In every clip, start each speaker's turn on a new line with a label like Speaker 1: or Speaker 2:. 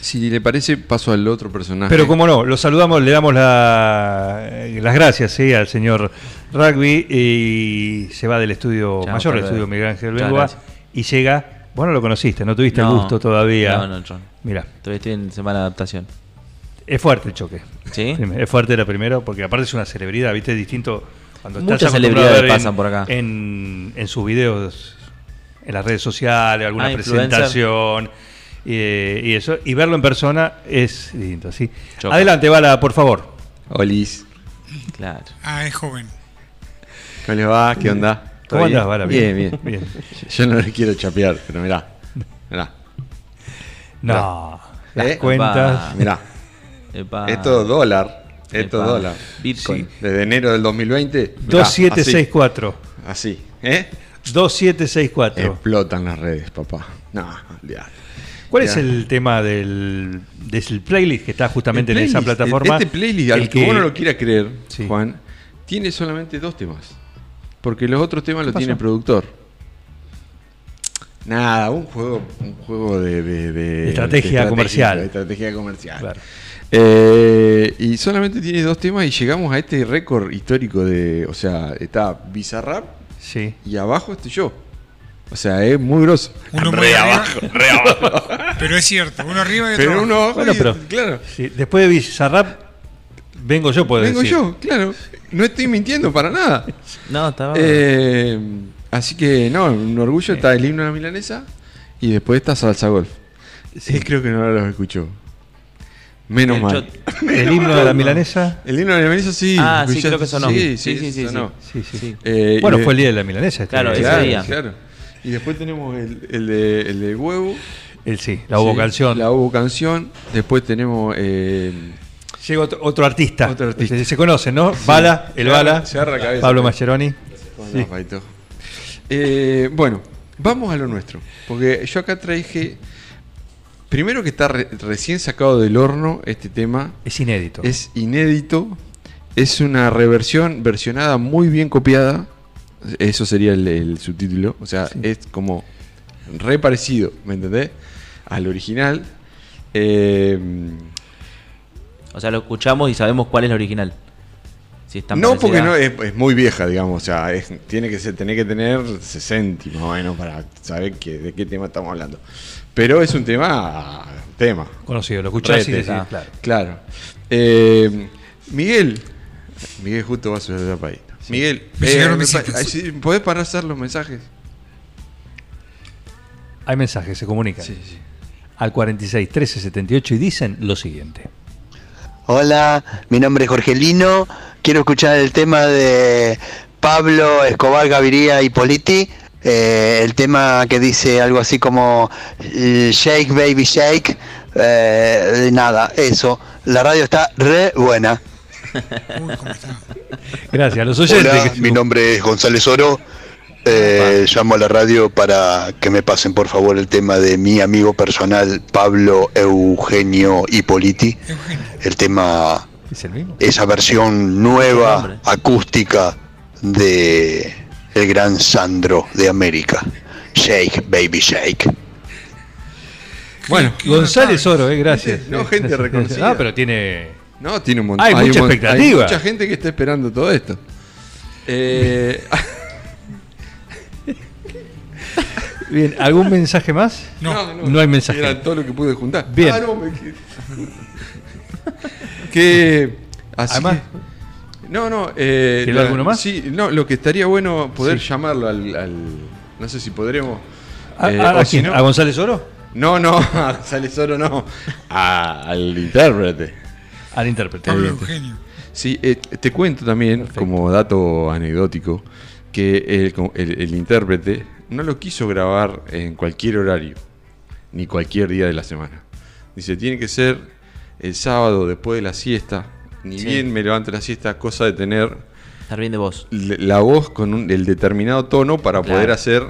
Speaker 1: Si le parece, paso al otro personaje.
Speaker 2: Pero como no, lo saludamos, le damos la- eh, las gracias eh, al señor Rugby y se va del estudio
Speaker 3: Chao,
Speaker 2: mayor, el
Speaker 3: Perder.
Speaker 2: estudio Miguel Ángel
Speaker 3: Muchas
Speaker 2: Bengoa,
Speaker 3: gracias.
Speaker 2: y llega, bueno, lo conociste, no tuviste el
Speaker 3: No,
Speaker 2: gusto todavía.
Speaker 3: No, no, yo no.
Speaker 2: Mira,
Speaker 3: Todavía estoy en semana de adaptación.
Speaker 2: es fuerte el choque.
Speaker 3: ¿Sí?
Speaker 2: Prim- Es fuerte la primero porque aparte es una celebridad, ¿viste? Es distinto cuando
Speaker 3: Muchas
Speaker 2: estás acostumbrado
Speaker 3: celebridades
Speaker 2: a ver en-
Speaker 3: pasan por acá.
Speaker 2: En, en sus videos, en las redes sociales, alguna
Speaker 3: Ah, influencer.
Speaker 2: presentación eh, y eso. Y verlo en persona es distinto, ¿sí?
Speaker 3: Choca.
Speaker 2: Adelante, Bala, por favor.
Speaker 1: Olis.
Speaker 3: Claro.
Speaker 4: Ah, es joven.
Speaker 1: ¿Cómo les va? ¿Qué onda? ¿Todo
Speaker 2: ¿Cómo
Speaker 1: bien?
Speaker 2: andás, Vara?
Speaker 1: Bien,
Speaker 2: Bien.
Speaker 1: bien.
Speaker 2: Bien.
Speaker 1: Yo no le quiero chapear, pero mirá. Mirá.
Speaker 2: No, las
Speaker 1: Eh,
Speaker 2: cuentas.
Speaker 1: Mirá.
Speaker 2: Ah.
Speaker 3: Epa.
Speaker 1: Esto es dólar. Esto es
Speaker 3: Epa.
Speaker 1: dólar.
Speaker 3: Bitcoin.
Speaker 1: Desde enero del 2020. mirá,
Speaker 2: 2764.
Speaker 1: Así. así, ¿Eh?
Speaker 2: 2764.
Speaker 1: Explotan las redes, papá. No, olvidate.
Speaker 2: ¿Cuál
Speaker 1: ya.
Speaker 2: es el tema del, del playlist que está justamente
Speaker 1: El
Speaker 2: en esa
Speaker 1: playlist,
Speaker 2: plataforma?
Speaker 1: Este playlist,
Speaker 2: El
Speaker 1: al que, vos no lo quiera creer,
Speaker 2: Sí.
Speaker 1: Juan, tiene solamente dos temas. Porque los otros temas los
Speaker 2: pasó?
Speaker 1: tiene el productor. Nada, un juego, un juego de, de- de- de
Speaker 2: estrategia comercial.
Speaker 1: de estrategia comercial.
Speaker 2: Claro.
Speaker 1: Eh, y solamente tiene dos temas y llegamos a este récord histórico de. O sea, está Bizarrap
Speaker 2: Sí.
Speaker 1: y abajo estoy yo. O sea, es muy grosso.
Speaker 4: Uno muy arriba. Pero es cierto, uno arriba y otro
Speaker 1: Pero
Speaker 4: abajo.
Speaker 1: uno abajo
Speaker 2: Bueno,
Speaker 1: y-
Speaker 2: pero
Speaker 1: claro.
Speaker 2: Sí, después de Bizarrap, vengo yo, puedo
Speaker 1: Vengo
Speaker 2: decir.
Speaker 1: yo, claro. No estoy mintiendo para nada.
Speaker 3: No, estaba.
Speaker 1: Eh, así que, no, un orgullo. Está el himno de la milanesa y después está Salsa Golf. Sí, creo que no los escuchó. Menos
Speaker 3: El
Speaker 1: mal.
Speaker 3: shot.
Speaker 2: El himno de la milanesa.
Speaker 1: El himno de la milanesa sí.
Speaker 3: ah, sí,
Speaker 1: escuchá-
Speaker 3: creo que sonó.
Speaker 1: Sí, sí, sí. sonó.
Speaker 2: Sí, sí.
Speaker 3: Sí.
Speaker 1: Eh,
Speaker 2: Bueno,
Speaker 1: y-
Speaker 2: fue el día de la milanesa. este
Speaker 3: Claro,
Speaker 2: día.
Speaker 3: ese
Speaker 1: Claro,
Speaker 3: día.
Speaker 1: claro. Y después tenemos el, el de, el de huevo.
Speaker 2: El sí, la hubo
Speaker 1: Sí,
Speaker 2: canción.
Speaker 1: La hubo canción. Después tenemos. eh,
Speaker 2: Llega otro, otro artista.
Speaker 1: Otro artista.
Speaker 2: Se, se conocen, ¿no? Bala, el
Speaker 1: Se agarra-
Speaker 2: Bala.
Speaker 1: se agarra la cabeza.
Speaker 2: Pablo Mascheroni.
Speaker 1: No, Paito. Eh, bueno, vamos a lo nuestro. Porque yo acá traje. Primero que está re- recién sacado del horno este tema.
Speaker 2: Es inédito.
Speaker 1: Es inédito. Es una reversión versionada muy bien copiada. Eso sería el, el subtítulo. O sea, es como re parecido, ¿me entendés? Al original. Eh,
Speaker 3: O sea, lo escuchamos y sabemos cuál es la original. Si es tan
Speaker 1: no, porque
Speaker 3: parecida.
Speaker 1: no eh. es, es muy vieja, digamos. O sea, es- tiene que ser, tenés que tener 60 más o menos para saber que- de qué tema estamos hablando. Pero es un tema. tema.
Speaker 2: Conocido, lo escuchás
Speaker 1: Rete,
Speaker 2: y decís,
Speaker 1: ah,
Speaker 2: claro.
Speaker 1: Claro. Eh, Miguel. Miguel justo va a subir la país. Miguel, eh,
Speaker 4: Me llegaron
Speaker 1: me
Speaker 4: mensajes.
Speaker 1: pa- ay, sí, ¿podés parar a hacer los mensajes?
Speaker 2: Hay mensajes, se comunican. Al 46 13 78 y dicen lo siguiente.
Speaker 5: Hola, mi nombre es Jorgelino. Quiero escuchar el tema de Pablo Escobar Gaviria y Politi. eh, el tema que dice algo así como eh, Shake Baby Shake. eh, nada, eso. La radio está re buena.
Speaker 4: Uy, cómo está.
Speaker 2: Gracias, a los oyentes. que-
Speaker 5: nombre es González Oro. Eh, llamo a la radio para que me pasen por favor el tema de mi amigo personal Pablo Eugenio Politi.
Speaker 4: Eugenio.
Speaker 5: El tema
Speaker 2: ¿Es el mismo?
Speaker 5: esa versión nueva acústica de el gran Sandro de América. Shake, baby, shake.
Speaker 1: Bueno,
Speaker 4: Qué
Speaker 2: González
Speaker 4: notable.
Speaker 2: Oro, eh, gracias.
Speaker 1: No, gente
Speaker 2: Gracias.
Speaker 1: reconocida.
Speaker 2: Ah, pero tiene.
Speaker 1: No, tiene un montón.
Speaker 2: Hay mucha
Speaker 1: un mon-
Speaker 2: expectativa.
Speaker 1: mucha gente que está esperando todo esto. Eh,
Speaker 2: Bien, ¿algún mensaje más?
Speaker 4: No.
Speaker 2: No hay mensaje.
Speaker 1: Era todo lo que pude juntar.
Speaker 2: Bien.
Speaker 1: Ah, no, me quedé. que. así
Speaker 2: Además-
Speaker 1: que- no, no. eh,
Speaker 2: ¿Quedó
Speaker 1: la-
Speaker 2: alguno más?
Speaker 1: Sí, no, lo que estaría bueno poder
Speaker 2: Sí.
Speaker 1: llamarlo al, al- No sé si podremos.
Speaker 2: ¿A,
Speaker 1: eh, o
Speaker 2: a- Ah, a
Speaker 1: si
Speaker 2: quién?
Speaker 1: no-
Speaker 2: ¿A González Oro?
Speaker 1: No, no, a Sale Soro no. A- al intérprete.
Speaker 2: Al intérprete.
Speaker 4: Pablo
Speaker 2: evidente.
Speaker 4: Eugenio.
Speaker 1: Sí, eh, te cuento también, como dato anecdótico, que el, co- el- el intérprete no lo quiso grabar en cualquier horario, ni cualquier día de la semana. Dice, tiene que ser el sábado después de la siesta, ni
Speaker 3: Sí.
Speaker 1: bien me levanto la siesta, cosa de tener
Speaker 3: Estar bien de vos.
Speaker 1: le- la voz con un- el determinado tono para
Speaker 3: Claro.
Speaker 1: poder hacer.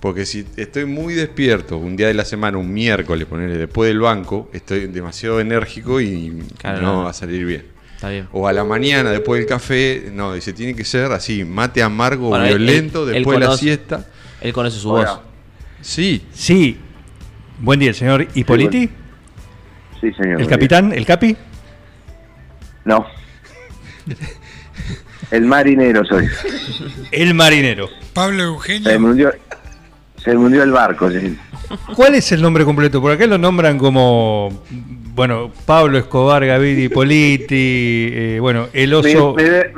Speaker 1: Porque si estoy muy despierto un día de la semana, un miércoles, ponerle después del banco, estoy demasiado enérgico y
Speaker 3: Claro,
Speaker 1: no,
Speaker 3: no.
Speaker 1: va a salir bien.
Speaker 3: Está bien.
Speaker 1: O a la mañana, después del café, no, dice, tiene que ser así, mate amargo,
Speaker 3: Bueno, él-
Speaker 1: violento,
Speaker 3: él- él
Speaker 1: después de la
Speaker 3: conoce-
Speaker 1: siesta.
Speaker 3: Él conoce su
Speaker 6: Ahora,
Speaker 3: voz.
Speaker 1: Sí,
Speaker 2: Sí. Buen día, el señor Hipóliti.
Speaker 6: Sí, señor.
Speaker 2: el capitán, el capi.
Speaker 6: No. El marinero soy.
Speaker 2: El marinero.
Speaker 4: Pablo
Speaker 6: Se me
Speaker 4: Eugenio.
Speaker 6: hundió, se me hundió el barco. sí.
Speaker 2: ¿Cuál es el nombre completo? Por acá lo nombran como, bueno, Pablo Escobar, Gaviri Politi, eh, bueno, el
Speaker 6: Mi,
Speaker 2: oso...
Speaker 6: mi ver-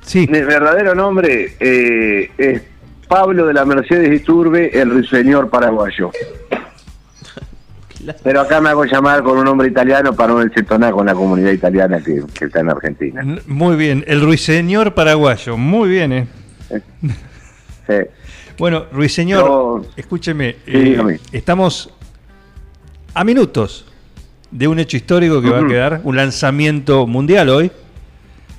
Speaker 2: sí,
Speaker 6: mi verdadero nombre eh, es Pablo de la Mercedes Iturbe, el ruiseñor paraguayo. Pero acá me hago llamar con un nombre italiano para no desentonar con la comunidad italiana que, que está en Argentina.
Speaker 2: n- muy bien, el ruiseñor paraguayo, muy bien, eh.
Speaker 6: Sí.
Speaker 2: Bueno, ruiseñor,
Speaker 6: Yo-
Speaker 2: escúcheme,
Speaker 6: Sí,
Speaker 2: eh,
Speaker 6: dígame.
Speaker 2: estamos a minutos de un hecho histórico que va a
Speaker 6: Ujú.
Speaker 2: quedar, un lanzamiento mundial hoy.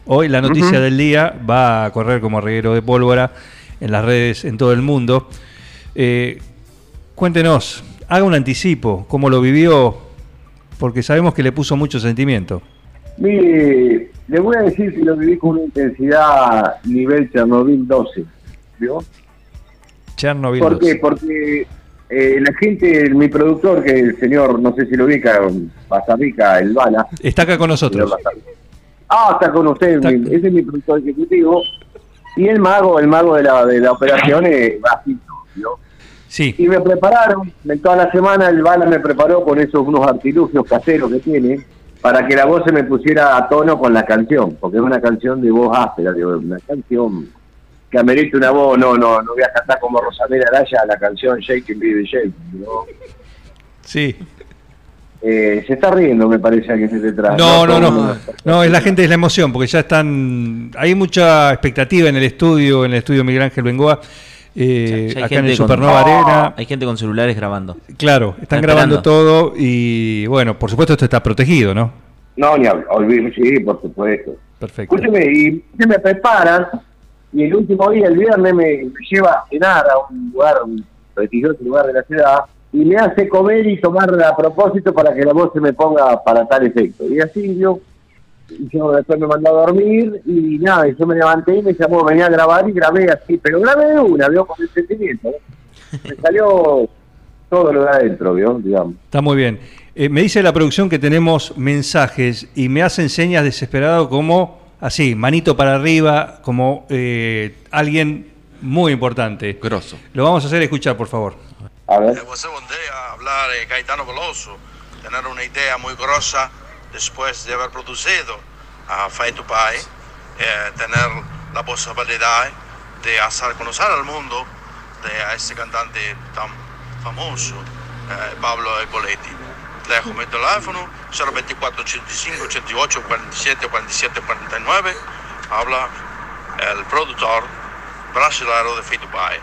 Speaker 2: Hoy la noticia
Speaker 6: Ujú.
Speaker 2: del día va a correr como reguero de pólvora en las redes en todo el mundo. Eh, cuéntenos, haga un anticipo, cómo lo vivió, porque sabemos que le puso mucho sentimiento.
Speaker 6: Mire, le voy a decir que lo viví con una intensidad nivel Chernobyl 12. ¿vio?
Speaker 2: Chernobyl.
Speaker 6: ¿Por
Speaker 2: 2.
Speaker 6: qué? Porque eh, la gente, mi productor, que el señor, no sé si lo ubica, Basarrica, el Bala.
Speaker 2: Está acá con
Speaker 6: señor
Speaker 2: nosotros.
Speaker 6: Basarrica. Ah, está con usted,
Speaker 2: Está-
Speaker 6: mi- ese es mi productor ejecutivo. Y el mago, el mago de la, de la operación es Basito, ¿vio?
Speaker 2: Sí,
Speaker 6: Y me prepararon, me- toda la semana el Bala me preparó con esos unos artilugios caseros que tiene para que la voz se me pusiera a tono con la canción, porque es una canción de voz áspera, de una canción que amerita una voz, no, no, no voy a cantar como Rosamera Araya la canción Shaking Be the Shaking, ¿no?
Speaker 2: sí.
Speaker 6: Eh, se está riendo, me parece, alguien que se detrás.
Speaker 2: No, no, no. No, es la gente, es la emoción, porque ya están. Hay mucha expectativa en el estudio, en el estudio Miguel Ángel Bengoa, eh,
Speaker 3: Ya- ya hay
Speaker 2: acá en el
Speaker 3: gente con- Oh.
Speaker 2: Supernova Arena.
Speaker 3: Hay gente con celulares grabando.
Speaker 2: Claro, están
Speaker 3: Están
Speaker 2: grabando
Speaker 3: esperando.
Speaker 2: todo y bueno, por supuesto esto está protegido, ¿no?
Speaker 6: No, ni hablo, olvido, sí, por supuesto.
Speaker 2: Perfecto.
Speaker 6: Escúcheme, y se me preparan, y el último día, el viernes, me me lleva a cenar a un lugar, un prestigioso lugar de la ciudad, y me hace comer y tomar a propósito para que la voz se me ponga para tal efecto. Y así yo, y yo después me mandó a dormir, y nada, y yo me levanté y me llamó, venía a grabar, y grabé así, pero grabé de una, vio, con el sentimiento. ¿no? Me salió todo lo de adentro, vio, digamos.
Speaker 2: Está muy bien. Eh, me dice la producción que tenemos mensajes y me hacen señas desesperado como así, manito para arriba, como eh, alguien muy importante.
Speaker 1: grosso.
Speaker 2: Lo vamos a hacer escuchar, por favor.
Speaker 6: A ver.
Speaker 7: José Bondea, hablar eh, Caetano Veloso, tener una idea muy grosa después de haber producido a Fight to Pie, eh, tener la posibilidad de hacer conocer al mundo de a ese cantante tan famoso, eh, Pablo Ecoletti. Dejo mi teléfono 024 85 88 47 47 49. Habla el productor brasileño de Fight to Pie.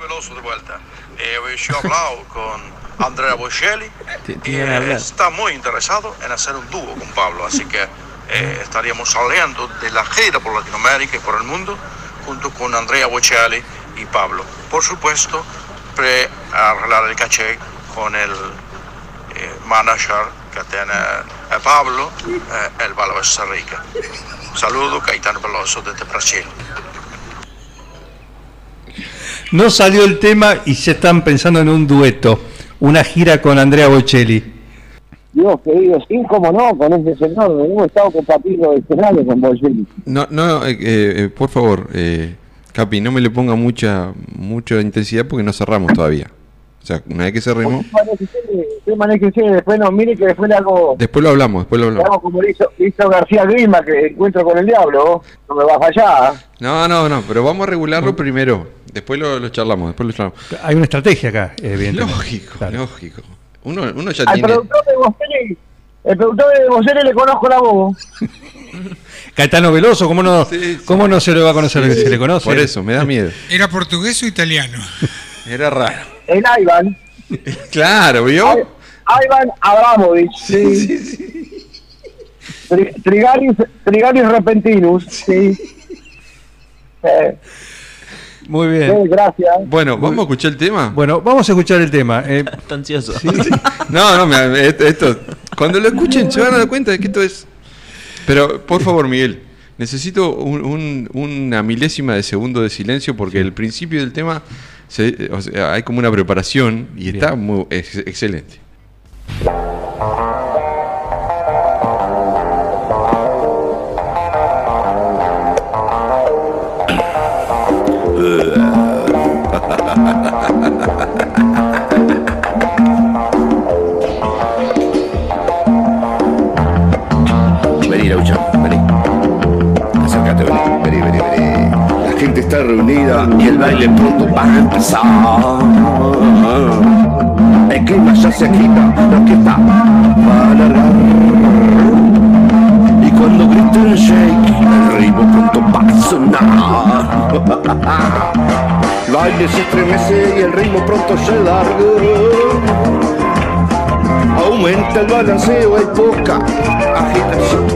Speaker 7: Veloso de vuelta. Eh, yo he hablado con Andrea Bocelli y
Speaker 3: tiene que hablar.
Speaker 7: está muy interesado en hacer un dúo con Pablo, así que eh, estaríamos saliendo de la gira por Latinoamérica y por el mundo junto con Andrea Bocelli y Pablo. Por supuesto, pre arreglar el caché con el eh, manager que tiene eh, Pablo, eh, el Bala Rica. Saludo, Caetano Veloso desde Brasil.
Speaker 2: No salió el tema y se están pensando en un dueto, una gira con Andrea Bocelli.
Speaker 6: Dios querido, sí, cómo no, con ese señor, hemos estado compartiendo escenarios con Bocelli.
Speaker 1: No, no, eh, eh, eh, por favor, eh, Capi, no me le ponga mucha, mucha intensidad porque no cerramos todavía. O sea, una vez que cerremos,
Speaker 6: Usted manéjese, después no, mire que después le hago,
Speaker 1: después lo hablamos, después lo
Speaker 6: le
Speaker 1: hablamos.
Speaker 6: hago como le hizo, le hizo García Grima, que encuentro con el diablo, no me va a fallar.
Speaker 1: No, no, no, pero vamos a regularlo primero. Después lo, lo charlamos, después lo charlamos.
Speaker 2: Hay una estrategia acá, evidentemente.
Speaker 1: Lógico,
Speaker 2: Claro.
Speaker 1: lógico. Uno, uno ya
Speaker 6: Al
Speaker 1: tiene.
Speaker 6: productor de Bocelli, el productor de Bocelli le conozco la voz.
Speaker 2: Caetano Veloso, ¿cómo no,
Speaker 1: Sí, sí.
Speaker 2: ¿cómo no se lo va a conocer?
Speaker 1: Sí,
Speaker 2: se
Speaker 1: sí,
Speaker 2: le conoce.
Speaker 1: Por eso, me da miedo.
Speaker 4: ¿Era portugués o italiano?
Speaker 1: Era raro.
Speaker 6: El Ivan,
Speaker 1: Claro, ¿vio?
Speaker 6: Ivan Abramovich.
Speaker 1: Sí, sí, sí.
Speaker 6: Tri- Trigaris, Trigaris Repentinus, sí. Eh,
Speaker 2: Muy
Speaker 6: eh,
Speaker 2: bien.
Speaker 6: gracias.
Speaker 1: Bueno, ¿vamos a escuchar el tema?
Speaker 2: Bueno, vamos a escuchar el tema. Eh,
Speaker 3: Está ansioso.
Speaker 1: No, no, me- esto, esto- Cuando lo escuchen se van a dar cuenta de que esto es. Pero, por favor, Miguel, necesito un- un- una milésima de segundo de silencio porque el principio del tema se- o sea, hay como una preparación y está muy ex- excelente.
Speaker 8: Vení, Laucha, vení. Acércate, vení. Vení, vení, vení. La gente está reunida y el baile pronto va a empezar. El clima ya se agita, la orquesta va a alargar. Y cuando griten shake, el ritmo pronto va a sonar. El baile se estremece y el ritmo pronto se larga. Aumenta el balanceo, hay poca agitación.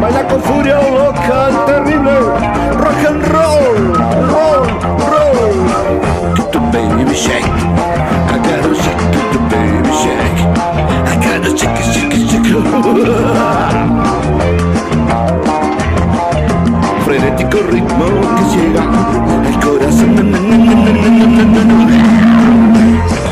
Speaker 8: Baila con furia o loca, el terrible rock and roll, roll, roll. Get the baby shake, I gotta shake, get the baby shake, I gotta shake it, shake it, shake it. Frenético ritmo que llega al corazón. na, na, na, na, na, na, na, na, na.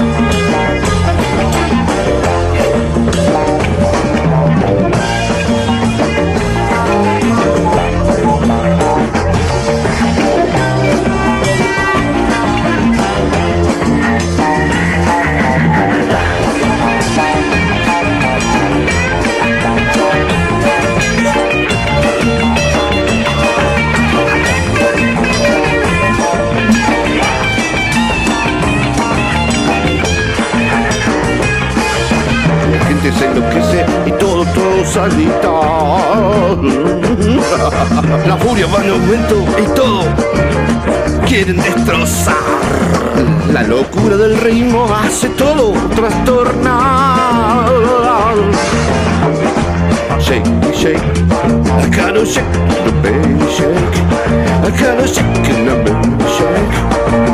Speaker 8: La gente se enloquece y todo, todo salita. La furia va en aumento y todo quieren destrozar. La locura del ritmo hace todo trastornar. Shake, shake, I gotta shake, the baby shake. I gotta shake, the baby shake.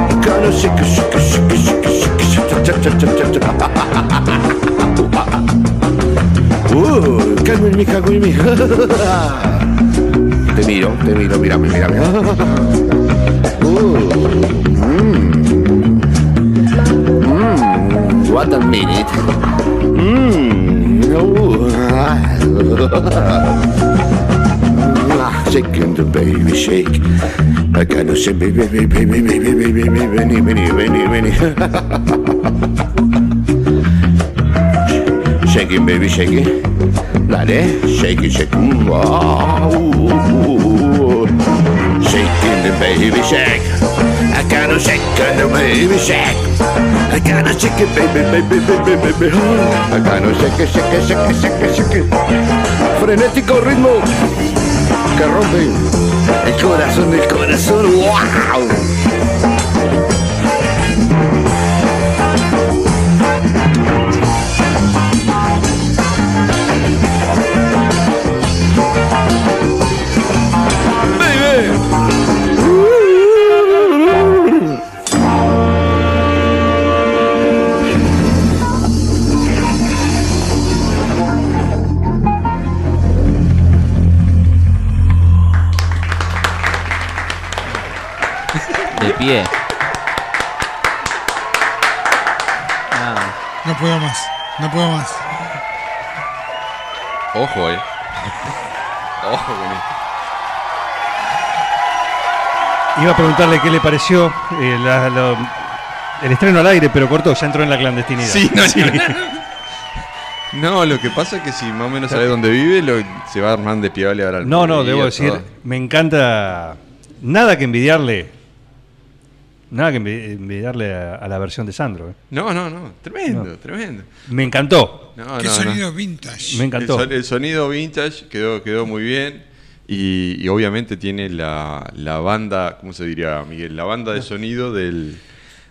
Speaker 8: I gotta shake, shake, shake, shake, shake, shake, shake, shake, shake, shake, Uh, cago en mi, cago en mi. te miro, te miro, mírame, mírame. Uh, mm. Mm, what a minute. Mm, uh. Ah, Shaking the baby shake. I gotta shake, baby, baby, baby, baby, baby, baby, vení, vení, vení, vení. Shaking baby, shaking. Dale, shake it, shake. Mm, ah, uh, uh, uh, uh. Shaking the baby, shake. I gotta shake the baby, shake. I gotta shake it, baby, baby, baby, baby. I gotta shake it, shake it, shake it, shake it, shake it. Frenético ritmo que rompe el corazón del corazón. ¡Wow!
Speaker 3: De pie. Ah,
Speaker 4: No puedo más. No puedo más.
Speaker 1: Ojo, eh. Ojo con esto.
Speaker 2: Iba a preguntarle qué le pareció eh, la- la- el estreno al aire, pero cortó, ya entró en la clandestinidad.
Speaker 1: Sí, no, sí. No, lo que pasa es que si más o menos sabe dónde vive, lo- se va Hernán de Piable ahora al
Speaker 2: No, no, debo
Speaker 1: todo.
Speaker 2: decir, me encanta. Nada que envidiarle. Nada que envi- envidiarle a, a la versión de Sandro. eh.
Speaker 1: No, no, no. Tremendo,
Speaker 2: No.
Speaker 1: tremendo.
Speaker 2: Me encantó.
Speaker 1: No,
Speaker 4: Qué
Speaker 1: no,
Speaker 4: sonido
Speaker 1: no.
Speaker 4: vintage.
Speaker 2: Me encantó.
Speaker 1: El, son- el sonido vintage quedó, quedó muy bien. Y, y obviamente tiene la, la banda, ¿cómo se diría, Miguel? La banda de sonido del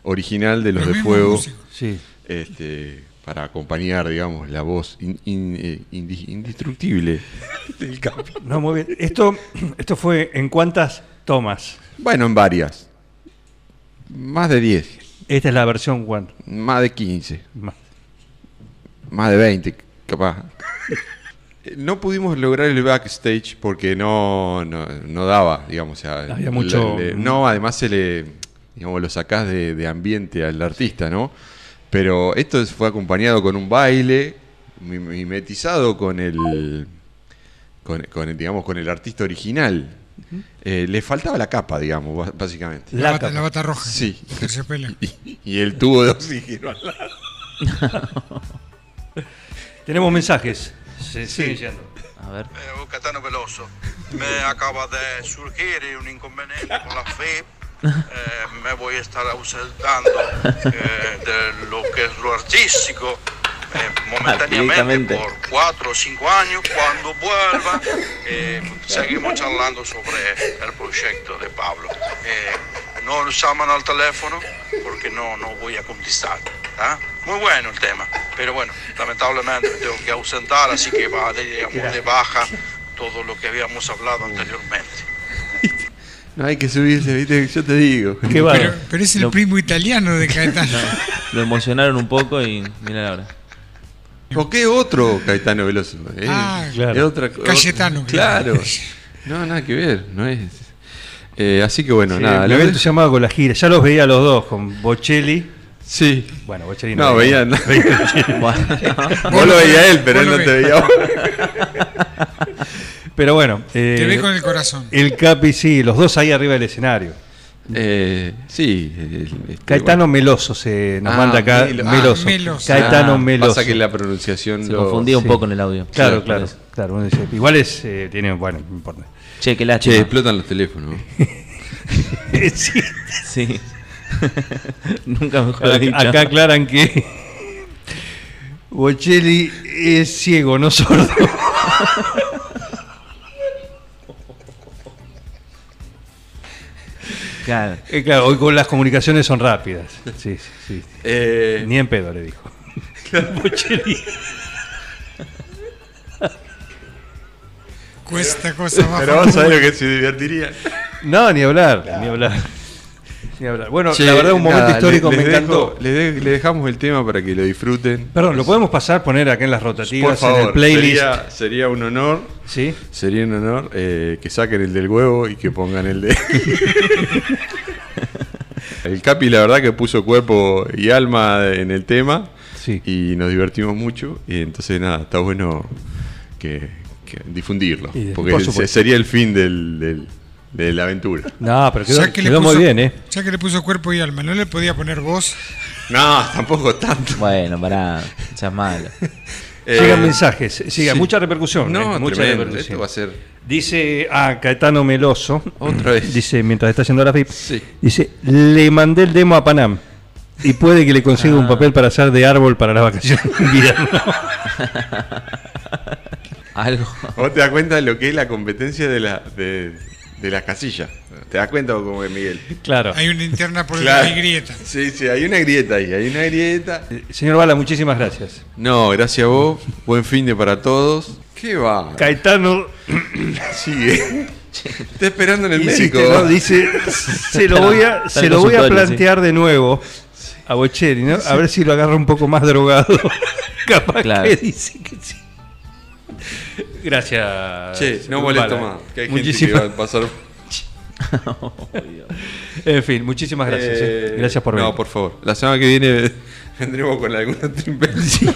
Speaker 1: original de los,
Speaker 4: Los
Speaker 1: de
Speaker 4: mismos
Speaker 1: fuego.
Speaker 4: músicos.
Speaker 2: Sí.
Speaker 1: Este, para acompañar, digamos, la voz in- in- eh, indi- indestructible del capi.
Speaker 2: No, muy bien. Esto, esto fue en cuántas tomas.
Speaker 1: Bueno, en varias. Más de 10.
Speaker 2: Esta es la versión one.
Speaker 1: Más de 15. Más, de 20, capaz. No pudimos lograr el backstage porque no, no, no daba, digamos. o sea,
Speaker 2: Había mucho-
Speaker 1: le- le- no, además se le, digamos, lo sacás de, de ambiente al artista, ¿no? Pero esto fue acompañado con un baile, mi- mimetizado con el, con, con el, digamos, con el artista original. Eh, le faltaba la capa, digamos, bá- básicamente.
Speaker 4: La La bata- capa. la bata roja.
Speaker 1: Sí.
Speaker 4: Terciopelo.
Speaker 1: Y, y el tubo de oxígeno al lado.
Speaker 2: Tenemos mensajes. Se sigue yendo.
Speaker 3: A ver.
Speaker 7: Eh, Catano Veloso, me acaba de surgir un inconveniente con la FIP. Eh, me voy a estar ausentando eh, de lo que es lo artístico eh, momentáneamente
Speaker 3: Directamente.
Speaker 7: por cuatro o cinco años. Cuando vuelva, eh, seguimos charlando sobre el proyecto de Pablo. Eh, no nos llaman al teléfono porque no, no voy a contestar. ¿tá? Muy bueno el tema, pero bueno, lamentablemente me tengo que ausentar, así que va digamos, de baja todo lo que habíamos hablado anteriormente.
Speaker 1: No hay que subirse, viste, yo te digo.
Speaker 3: Qué bárbaro.
Speaker 4: Pero es el
Speaker 3: Lo-
Speaker 4: primo italiano de Caetano.
Speaker 3: Lo emocionaron un poco y mira ahora.
Speaker 1: ¿Por qué otro Caetano Veloso? Eh,
Speaker 4: Ah,
Speaker 3: claro.
Speaker 1: es otra co-
Speaker 4: Cayetano,
Speaker 1: Claro.
Speaker 4: claro.
Speaker 1: No, nada que ver, no es. Eh, así que bueno,
Speaker 2: Sí,
Speaker 1: nada.
Speaker 2: me
Speaker 1: lo
Speaker 2: había
Speaker 1: de-
Speaker 2: entusiasmado con la gira. Ya los veía a los dos, con Bocelli.
Speaker 1: Sí.
Speaker 2: Bueno, Bocelli
Speaker 1: No, veía. no.
Speaker 2: Vos
Speaker 1: Vos
Speaker 2: lo
Speaker 1: lo veías
Speaker 2: ve-
Speaker 1: él, pero él
Speaker 2: vos lo
Speaker 1: no
Speaker 2: ve.
Speaker 1: te veía. vos.
Speaker 2: Pero bueno. eh,
Speaker 4: Te ve con el corazón.
Speaker 2: El Capi, sí, los dos ahí arriba del escenario.
Speaker 1: Eh, sí. el- este,
Speaker 2: Caetano Meloso se nos
Speaker 1: Ah,
Speaker 2: manda acá.
Speaker 1: Melo- ah,
Speaker 2: Meloso.
Speaker 1: Meloso.
Speaker 2: Caetano
Speaker 1: Ah,
Speaker 2: Meloso.
Speaker 1: pasa que la pronunciación
Speaker 3: Se lo- confundía un poco en el audio.
Speaker 2: Claro,
Speaker 3: Sí,
Speaker 2: claro.
Speaker 3: por
Speaker 2: claro uno dice, igual es. eh, tiene, bueno, no importa.
Speaker 3: Che, qué
Speaker 1: bueno. Che,
Speaker 3: lástima.
Speaker 1: explotan los teléfonos.
Speaker 2: sí.
Speaker 3: Sí. Nunca mejor
Speaker 2: Acá-
Speaker 3: dicho.
Speaker 2: Acá aclaran que Bocelli es ciego, no sordo.
Speaker 3: Claro.
Speaker 2: Eh, claro, hoy con las comunicaciones son rápidas. Sí, sí, sí.
Speaker 1: Eh,
Speaker 2: Ni en pedo le dijo. Bocelli.
Speaker 4: Cuesta cosa baja.
Speaker 1: Pero vos sabés lo que se divertiría.
Speaker 2: No, ni hablar, ni hablar. Ni hablar. Bueno, la verdad un momento
Speaker 1: nada,
Speaker 2: histórico
Speaker 1: le-
Speaker 2: me
Speaker 1: les
Speaker 2: encantó.
Speaker 1: dejo- les de- le dejamos el tema para que lo disfruten.
Speaker 2: Perdón, lo podemos pasar, poner acá en las rotativas,
Speaker 1: Por favor,
Speaker 2: en el playlist.
Speaker 1: Sería, sería un honor.
Speaker 2: Sí.
Speaker 1: Sería un honor eh, que saquen el del huevo y que pongan el de. el Capi, la verdad, que puso cuerpo y alma en el tema.
Speaker 2: Sí.
Speaker 1: Y nos divertimos mucho. Y entonces, nada, está bueno que, que difundirlo.
Speaker 2: Y-
Speaker 1: porque
Speaker 2: por
Speaker 1: se-
Speaker 2: supuesto.
Speaker 1: sería el fin del- del- de la aventura.
Speaker 2: No, pero quedó,
Speaker 4: Ya que le
Speaker 2: quedó muy
Speaker 4: puso-
Speaker 2: bien, ¿eh?
Speaker 4: Ya que le puso cuerpo y alma, no le podía poner voz.
Speaker 1: No, tampoco tanto.
Speaker 3: Bueno, pará, seas malo.
Speaker 2: Llegan mensajes,
Speaker 1: Eh,
Speaker 2: sigan,
Speaker 1: sí.
Speaker 2: mucha repercusión.
Speaker 1: No,
Speaker 2: eh, mucha
Speaker 1: tremendo,
Speaker 2: repercusión.
Speaker 1: esto va a ser-
Speaker 2: Dice, ah, Caetano Meloso.
Speaker 1: Otra vez.
Speaker 2: Dice, mientras está haciendo la FIP.
Speaker 1: Sí.
Speaker 2: Dice, le mandé el demo a Panam. Y puede que le consiga un
Speaker 3: Ah.
Speaker 2: papel para hacer de árbol para la vacación de invierno.
Speaker 3: Algo.
Speaker 1: Vos te das cuenta de lo que es la competencia de, la, de, de las casillas. Te das cuenta como que Miguel.
Speaker 2: claro.
Speaker 4: Hay una interna por
Speaker 1: Claro.
Speaker 4: la grieta.
Speaker 1: Sí, sí, hay una grieta ahí, hay una grieta.
Speaker 2: Señor Bala, muchísimas gracias.
Speaker 1: No, gracias a vos. Buen fin de para todos. ¿Qué va?
Speaker 2: Caetano
Speaker 1: Sigue. Está esperando en el
Speaker 2: insiste,
Speaker 1: médico.
Speaker 2: ¿no? dice, se lo voy a,
Speaker 3: Está
Speaker 2: se
Speaker 3: en
Speaker 2: lo voy a
Speaker 3: consultorio,
Speaker 2: plantear de nuevo a Bocelli, ¿no? A ver si lo agarra un poco más drogado. Capaz
Speaker 3: Claro.
Speaker 2: que dice que sí. Gracias.
Speaker 1: Che, no molesto
Speaker 2: Bala.
Speaker 1: más. Que hay gente
Speaker 2: Muchísimas
Speaker 1: que va a pasar.
Speaker 2: En fin, muchísimas gracias. eh.
Speaker 1: Eh,
Speaker 2: Gracias por
Speaker 1: No,
Speaker 2: venir.
Speaker 1: por favor. La semana que viene vendremos con alguna trimbelcita.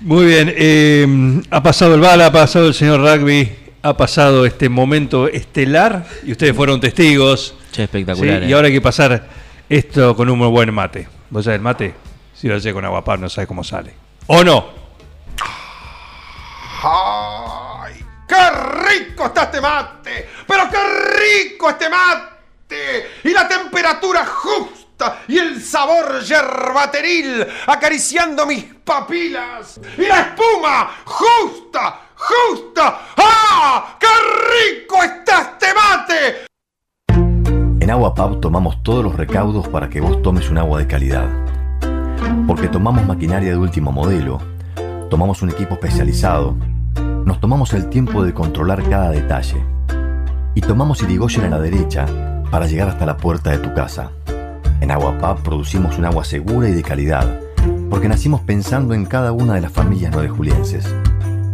Speaker 2: Muy bien. eh, ha pasado el bala, ha pasado el señor rugby, ha pasado este momento estelar y ustedes fueron testigos.
Speaker 3: Che, espectacular.
Speaker 2: Sí,
Speaker 3: eh.
Speaker 2: Y ahora hay que pasar esto con un buen mate. ¿Vos sabés el mate? Si lo haces con agua pan, no sabes cómo sale. ¿O no?
Speaker 9: ¡Ay! ¡Qué rico está este mate! ¡Pero qué rico este mate! Y la temperatura justa y el sabor yerbateril acariciando mis papilas. Y la espuma justa, justa. ¡Ah! ¡Qué rico está este mate!
Speaker 8: En Agua Pub tomamos todos los recaudos para que vos tomes un agua de calidad. Porque tomamos maquinaria de último modelo, tomamos un equipo especializado, nos tomamos el tiempo de controlar cada detalle. Y tomamos Irigoyen a la derecha para llegar hasta la puerta de tu casa. En Agua Pub producimos un agua segura y de calidad, porque nacimos pensando en cada una de las familias norejulienses.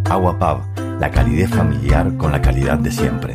Speaker 8: Agua Pub, la calidez familiar con la calidad de siempre.